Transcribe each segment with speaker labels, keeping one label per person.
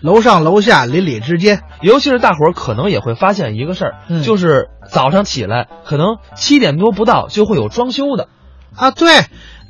Speaker 1: 楼上楼下邻里之间，
Speaker 2: 尤其是大伙儿可能也会发现一个事儿，
Speaker 1: 嗯
Speaker 2: 就是早上起来可能七点多不到就会有装修的，
Speaker 1: 啊，对，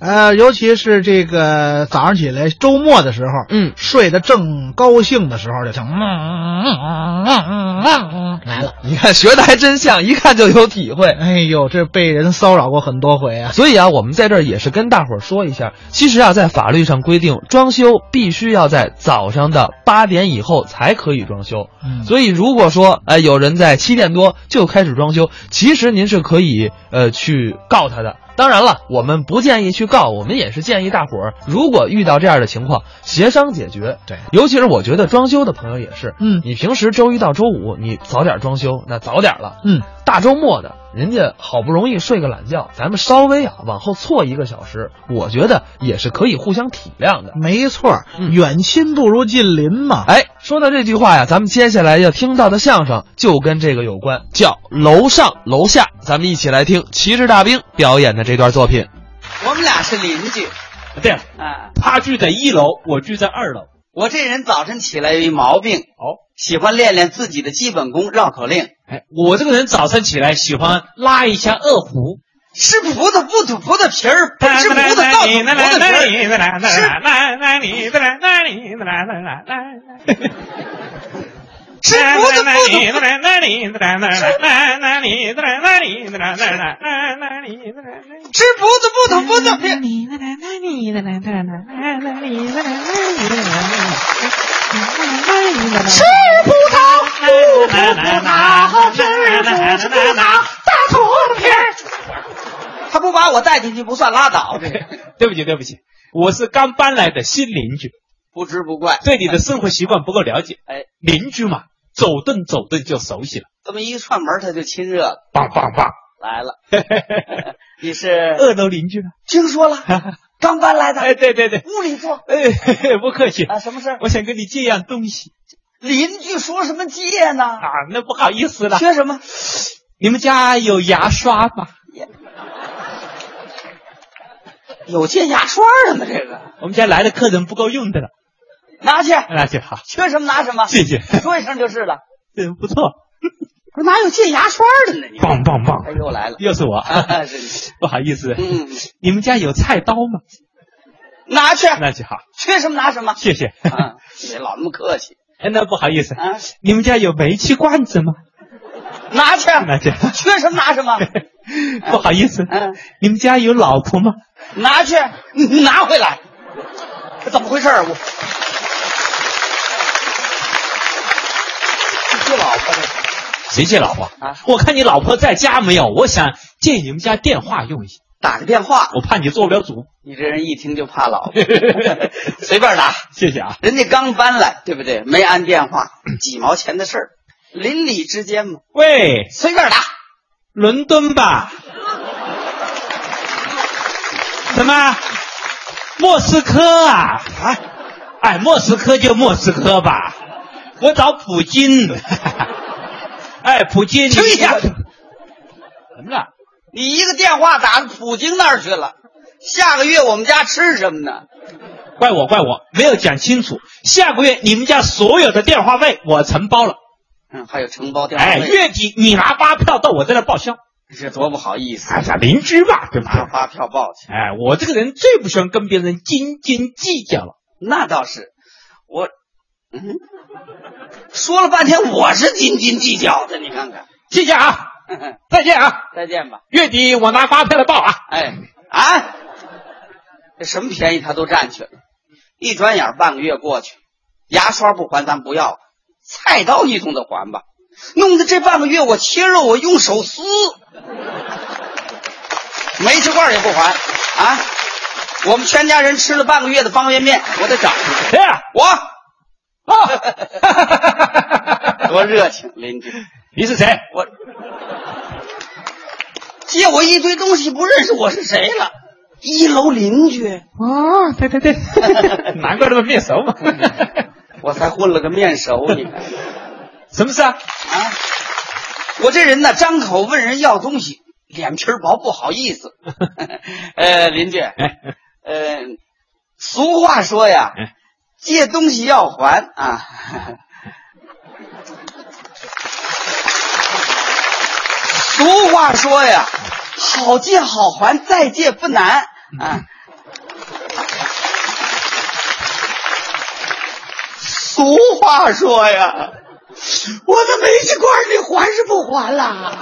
Speaker 1: 呃，尤其是这个早上起来周末的时候，
Speaker 2: 嗯，
Speaker 1: 睡得正高兴的时候，就听，嗯嗯嗯嗯嗯嗯来了。
Speaker 2: 你看学的还真像，一看就有体会。
Speaker 1: 哎呦，这被人骚扰过很多回啊！
Speaker 2: 所以啊，我们在这儿也是跟大伙儿说一下，其实啊，在法律上规定，装修必须要在早上的八点以后才可以装修。
Speaker 1: 嗯
Speaker 2: 所以如果说，哎、有人在七点多就开始装修，其实您是可以呃去告他的。当然了，我们不建议去告，我们也是建议大伙儿，如果遇到这样的情况，协商解决。
Speaker 1: 对
Speaker 2: 尤其是我觉得装修的朋友也是，
Speaker 1: 嗯
Speaker 2: 你平时周一到周五你早点装修，那早点了，
Speaker 1: 嗯，
Speaker 2: 大周末的，人家好不容易睡个懒觉，咱们稍微啊往后错一个小时，我觉得也是可以互相体谅的。
Speaker 1: 没错儿，
Speaker 2: 嗯
Speaker 1: 远亲不如近邻嘛。
Speaker 2: 哎，说到这句话呀，咱们接下来要听到的相声就跟这个有关，叫《楼上楼下》，咱们一起来听旗帜大兵表演的这段作品。
Speaker 3: 我们俩是邻居
Speaker 4: 这样，
Speaker 3: 啊。
Speaker 4: 他住在一楼，我住在二楼。
Speaker 3: 我这人早晨起来有一毛病，
Speaker 4: 哦，
Speaker 3: 喜欢练练自己的基本功——绕口令。
Speaker 4: 哎，我这个人早晨起来喜欢拉一下二胡，
Speaker 3: 吃葡萄不吐葡萄皮儿，不吃葡萄倒吐葡萄皮儿。吃葡萄不吐葡萄，吃葡萄不吐葡萄皮儿。吃葡萄不吐葡萄，吃葡萄大吐葡萄皮儿。他不把我带进去不算拉倒， 这个
Speaker 4: 对不起，对不起，我是刚搬来的新邻居，
Speaker 3: 不知不怪。
Speaker 4: 对你的生活习惯不够了解。
Speaker 3: 哎，
Speaker 4: 邻居嘛，走动走动就熟悉了。
Speaker 3: 这么一串门，他就亲热了
Speaker 4: 棒棒棒！
Speaker 3: 来了。你是
Speaker 4: 二楼邻居呢？
Speaker 3: 听说 了，刚搬来的，
Speaker 4: 哎，对对对，
Speaker 3: 屋里坐
Speaker 4: 哎，不客气。
Speaker 3: 啊，什么事儿？
Speaker 4: 我想跟你借样东西
Speaker 3: 邻居说什么借呢？
Speaker 4: 啊，那不好意思了。
Speaker 3: 缺什么？
Speaker 4: 你们家有牙刷吗？
Speaker 3: 有借牙刷的吗？这个
Speaker 4: 我们家来的客人不够用的了，
Speaker 3: 拿去，
Speaker 4: 那就好，
Speaker 3: 缺什么拿什么，
Speaker 4: 谢谢，
Speaker 3: 说一声就是了。
Speaker 4: 嗯，不错，
Speaker 3: 我哪有借牙刷的呢？你
Speaker 4: 棒棒
Speaker 3: 哎，
Speaker 4: 棒，
Speaker 3: 又来了，
Speaker 4: 又是我，
Speaker 3: 啊是你。
Speaker 4: 不好意思，
Speaker 3: 嗯，
Speaker 4: 你们家有菜刀吗？
Speaker 3: 拿去，
Speaker 4: 那就好，
Speaker 3: 缺什么拿什么。
Speaker 4: 谢谢。
Speaker 3: 啊，别老那么客气
Speaker 4: 哎，那不好意思，
Speaker 3: 啊，
Speaker 4: 你们家有煤气罐子吗？
Speaker 3: 拿去，
Speaker 4: 那 就好，
Speaker 3: 缺什么拿什 么，
Speaker 4: 不好意思
Speaker 3: 嗯，
Speaker 4: 你们家有老婆吗？
Speaker 3: 拿去，你拿回来。这怎么回事儿？我这老婆这
Speaker 4: 谁借老婆
Speaker 3: 啊？
Speaker 4: 我看你老婆在家没有？我想借你们家电话用一下，
Speaker 3: 打个电话，
Speaker 4: 我怕你做不了主。
Speaker 3: 你这人一听就怕 老婆，随便打。
Speaker 4: 谢谢啊，
Speaker 3: 人家刚搬来，对不对？没安电 话，几毛钱的事儿，邻里之间嘛，
Speaker 4: 喂，
Speaker 3: 随便打。
Speaker 4: 伦敦吧？什么？莫斯科啊？啊？哎，莫斯科就莫斯科吧。我找普京。 哎，普京，
Speaker 3: 停一下
Speaker 4: 怎么了？
Speaker 3: 你一个电话打到普京那儿去了，下个月我们家吃什么呢？
Speaker 4: 怪我，怪我，没有讲清楚。下个月你们家所有的电话费我承包了。
Speaker 3: 嗯，还有承包电话
Speaker 4: 哎，
Speaker 3: 费，
Speaker 4: 月底你拿发票到我这来报销。
Speaker 3: 这多不好意思，
Speaker 4: 哎呀，邻居嘛，对不
Speaker 3: 拿发票报去。
Speaker 4: 哎，我这个人最不喜欢跟别人斤斤计较了。
Speaker 3: 那倒是，我，嗯，说了半天我是斤斤计较的，你看看。
Speaker 4: 谢谢啊， 再见啊。
Speaker 3: 再见吧，
Speaker 4: 月底我拿发票来报啊。
Speaker 3: 哎啊，这什么便宜他都占去了。一转眼半个月过去，牙刷不还咱不要，菜刀你总得还吧？弄得这半个月我切肉我用手撕，煤气罐也不还啊！我们全家人吃了半个月的方便面，我得找出去。
Speaker 4: 哎呀，
Speaker 3: 我
Speaker 4: 啊
Speaker 3: 多热情，邻居，
Speaker 4: 你是谁？
Speaker 3: 我借我一堆东西，不认识我是谁了。一楼邻居，
Speaker 4: 哦，对 对对，难怪那么面熟嘛。
Speaker 3: 我才混了个面熟，你看。
Speaker 4: 什么事啊？
Speaker 3: 啊，我这人呢，张口问人要东西，脸皮儿薄，不好意思。
Speaker 2: 哎
Speaker 3: 呃，邻居，呃，俗话说呀
Speaker 4: 哎，
Speaker 3: 借东西要还啊。 俗话说呀，好借好还，再借不难啊。俗话说呀，我的煤气罐你还是不还啦？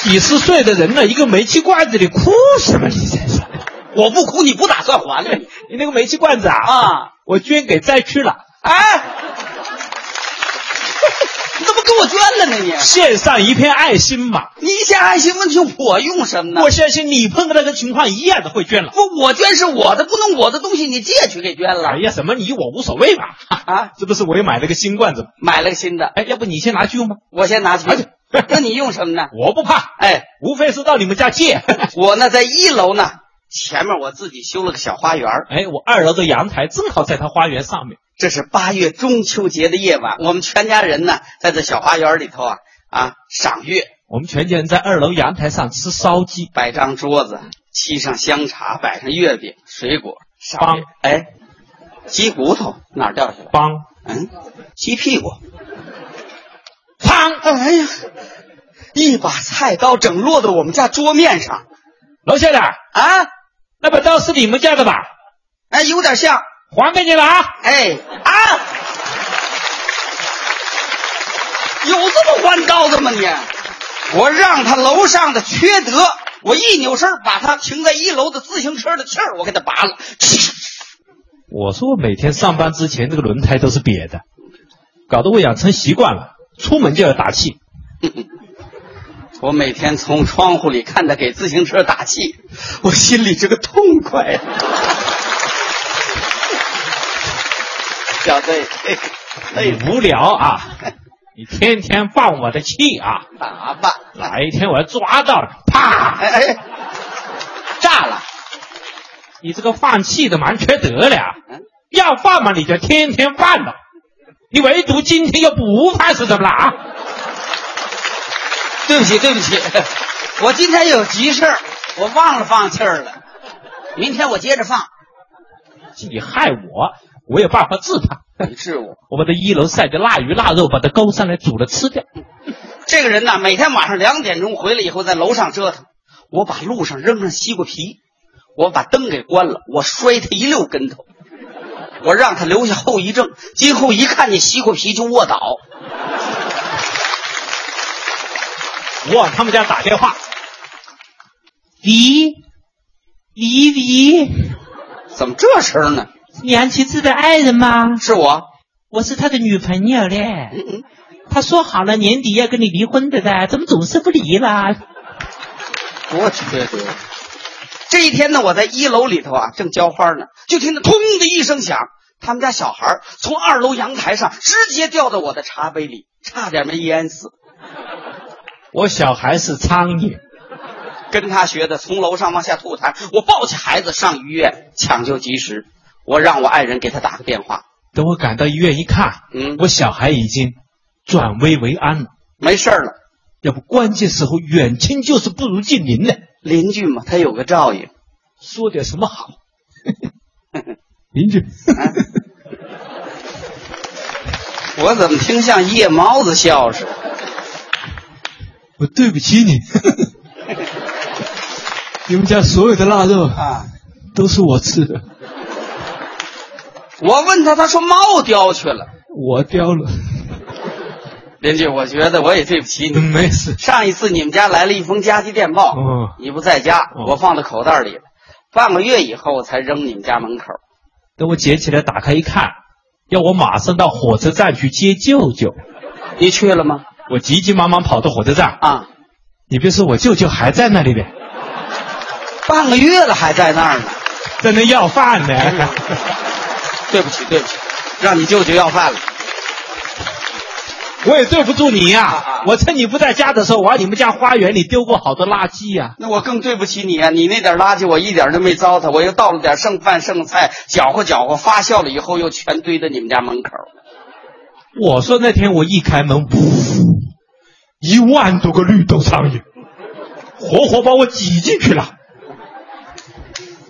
Speaker 4: 几十岁的人了，一个煤气罐子，你哭什么？你这是？
Speaker 3: 我不哭，你不打算还了你
Speaker 4: 你那个煤气罐子啊，
Speaker 3: 啊？
Speaker 4: 我捐给灾区了，
Speaker 3: 哎， 你怎么给我捐了呢你？
Speaker 4: 献上一片爱心嘛。
Speaker 3: 你一下爱心问题，我用什么呢？
Speaker 4: 我相信你碰到那个情况一样的会捐了。
Speaker 3: 不，我捐是我的，不能我的东西你借去给捐
Speaker 4: 哎
Speaker 3: 了
Speaker 4: 呀，什么你我无所谓嘛。
Speaker 3: 啊！
Speaker 4: 这不是我也买了个新罐子吗？
Speaker 3: 买了个新的，
Speaker 4: 哎，要不你先拿去用吧，
Speaker 3: 我先拿去
Speaker 4: 拿去。
Speaker 3: 那你用什么呢？
Speaker 4: 我不怕，
Speaker 3: 哎，
Speaker 4: 无非是到你们 家借。哎
Speaker 3: 我呢在一楼呢，前面我自己修了个小花园儿
Speaker 4: 哎，我二楼的阳台正好在他花园上面。
Speaker 3: 这是八月中秋节的夜晚，我们全家人呢在这小花园里头啊啊赏月，
Speaker 4: 我们全家人在二楼阳台上吃烧鸡，
Speaker 3: 摆张桌子，沏上香茶，摆上月饼、水果、
Speaker 4: 梆
Speaker 3: 赏月。哎，鸡骨头哪儿掉下来？
Speaker 4: 梆
Speaker 3: 嗯，鸡屁股。
Speaker 4: 梆，
Speaker 3: 哎呀，一把菜刀整落到我们家桌面上
Speaker 4: 楼下的
Speaker 3: 啊！
Speaker 4: 那把刀是你们家的吧？
Speaker 3: 哎，有点像。
Speaker 4: 还给你了啊！
Speaker 3: 哎啊，有这么弯刀的吗你？我让他楼上的缺德，我一扭身把他停在一楼的自行车的气儿我给他拔了。
Speaker 4: 我说我每天上班之前这个轮胎都是瘪的，搞得我养成习惯了，出门就要打气。
Speaker 3: 我每天从窗户里看他给自行车打气， 我心里这个痛快啊 呀、小队，
Speaker 4: 你
Speaker 3: 哎，
Speaker 4: 无聊啊！ 你天天放我的气啊！
Speaker 3: 打吧，
Speaker 4: 哪一天我要抓到了，啪！
Speaker 3: 哎哎，炸了！
Speaker 4: 你这个放气的蛮缺德的啊
Speaker 3: 嗯！
Speaker 4: 要放嘛你就天天放了，你唯独今天又不放是怎么了啊？
Speaker 3: 对不起，对不起， 我今天有急事儿，我忘了放气儿了。明天我接着放。
Speaker 4: 你害我，我有办法治他。
Speaker 3: 你治我
Speaker 4: 我把这一楼晒的腊鱼腊肉，把它勾上来煮了吃掉。
Speaker 3: 这个人呐，每天晚上两点钟回来以后，在楼上折腾。我把路上扔上西瓜皮，我把灯给关了，我摔他一溜跟头，我让他留下后遗症，今后一看见西瓜皮就卧倒。
Speaker 4: 我往他们家打电话，喂，黎黎，
Speaker 3: 怎么这声呢？
Speaker 4: 梁启智的爱人吗？
Speaker 3: 是我，
Speaker 4: 我是他的女朋友嘞。他说好了年底要跟你离婚的呢，怎么总是不离啦？
Speaker 3: 多缺德！这一天呢，我在一楼里头啊，正浇花呢，就听到“砰”的一声响，他们家小孩儿从二楼阳台上直接掉到我的茶杯里，差点没淹死。
Speaker 4: 我小孩是苍蝇，
Speaker 3: 跟他学的，从楼上往下吐痰。我抱起孩子上医院抢救及时，我让我爱人给他打个电话。
Speaker 4: 等我赶到医院一看，
Speaker 3: 嗯，
Speaker 4: 我小孩已经转危为安了。
Speaker 3: 没事儿了。
Speaker 4: 要不关键时候远亲就是不如近邻呢。
Speaker 3: 邻居嘛，他有个照应。
Speaker 4: 说点什么 好？邻居，啊
Speaker 3: 我怎么听像夜猫子笑似的？
Speaker 4: 我对不 起你。你们家所有的腊肉
Speaker 3: 啊！
Speaker 4: 都是我吃的，
Speaker 3: 我问他，他说猫叼去了。
Speaker 4: 我叼了。
Speaker 3: 邻居，我觉得我也对不起你。
Speaker 4: 没事，
Speaker 3: 上一次你们家来了一封家居电报，
Speaker 4: 哦
Speaker 3: 你不在家，
Speaker 4: 哦
Speaker 3: 我放到口袋里了。半个月以后才扔你们家门口。
Speaker 4: 等我捡起来打开一看，要我马上到火车站去接舅舅。
Speaker 3: 你去了吗？
Speaker 4: 我急急忙忙跑到火车站，
Speaker 3: 啊，
Speaker 4: 你别说，我舅舅还在那里呢，
Speaker 3: 半个月了还在那儿呢。
Speaker 4: 在那要饭呢。
Speaker 3: 对不起，对不起，让你舅舅要饭了。
Speaker 4: 我也对不住你呀、
Speaker 3: 啊啊
Speaker 4: 我趁你不在家的时候，往你们家花园里丢过好多垃圾呀、
Speaker 3: 那我更对不起你啊！你那点垃圾我一点都没糟蹋，我又倒了点剩饭剩菜，搅和搅和，发酵了以后又全堆到你们家门口。
Speaker 4: 我说那天我一开门，呜，一万多个绿豆苍蝇，活活把我挤进去了。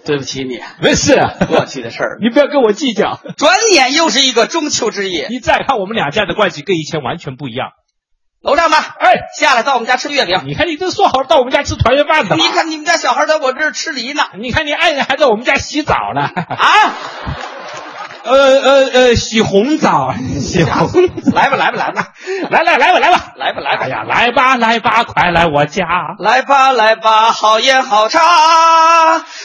Speaker 3: 对不起你，啊
Speaker 4: 没事，啊
Speaker 3: 过去的事儿了。
Speaker 4: 你不要跟我计较。
Speaker 3: 转眼又是一个中秋之夜，
Speaker 4: 你再看我们两家的关系跟以前完全不一样。
Speaker 3: 楼上的
Speaker 4: 哎，
Speaker 3: 下来到我们家吃月饼，
Speaker 4: 你看你都说好到我们家吃团圆饭的吧
Speaker 3: 你看你们家小孩在我这儿吃梨呢
Speaker 4: 你看你爱人还在我们家洗澡呢。
Speaker 3: 啊！
Speaker 4: 呃呃呃，洗红澡，洗红澡，
Speaker 3: 来吧来吧来吧
Speaker 4: 来来来吧来吧
Speaker 3: 来吧来吧
Speaker 4: 哎呀，来吧来吧，快来我家。
Speaker 3: 来吧来吧，好烟好茶，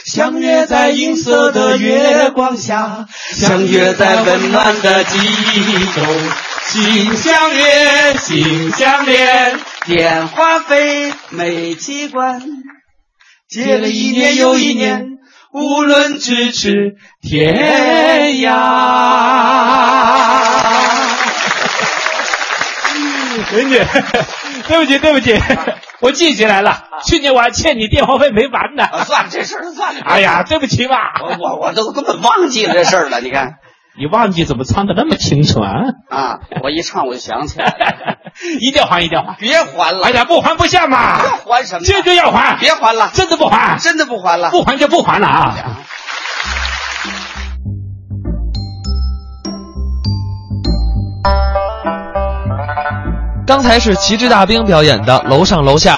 Speaker 3: 相约在银色的月光下，相约在温暖的济州，心相约，心相连，烟花飞，美机关，接了一年又一年，无论咫尺哎天涯。
Speaker 4: 美女， 对不起对不起， 我记起来了，去年我还欠你电话费没完呢。
Speaker 3: 啊，算了，这事儿算了。
Speaker 4: 哎呀，，对不起嘛，
Speaker 3: 我我我都根本忘记了这事儿了。你看
Speaker 4: 你忘记怎么唱的那么清楚啊？
Speaker 3: 啊，我一唱我就想起来了，
Speaker 4: 一定要还，一定要还！
Speaker 3: 别还了
Speaker 4: 哎，呀，不还不下嘛，
Speaker 3: 要还什么呀？
Speaker 4: 这就要还，
Speaker 3: 别还了，
Speaker 4: 真的不还，
Speaker 3: 真的不还了。
Speaker 4: 不还就不还了啊！
Speaker 2: 刚才是旗帜大兵表演的《楼上楼下》。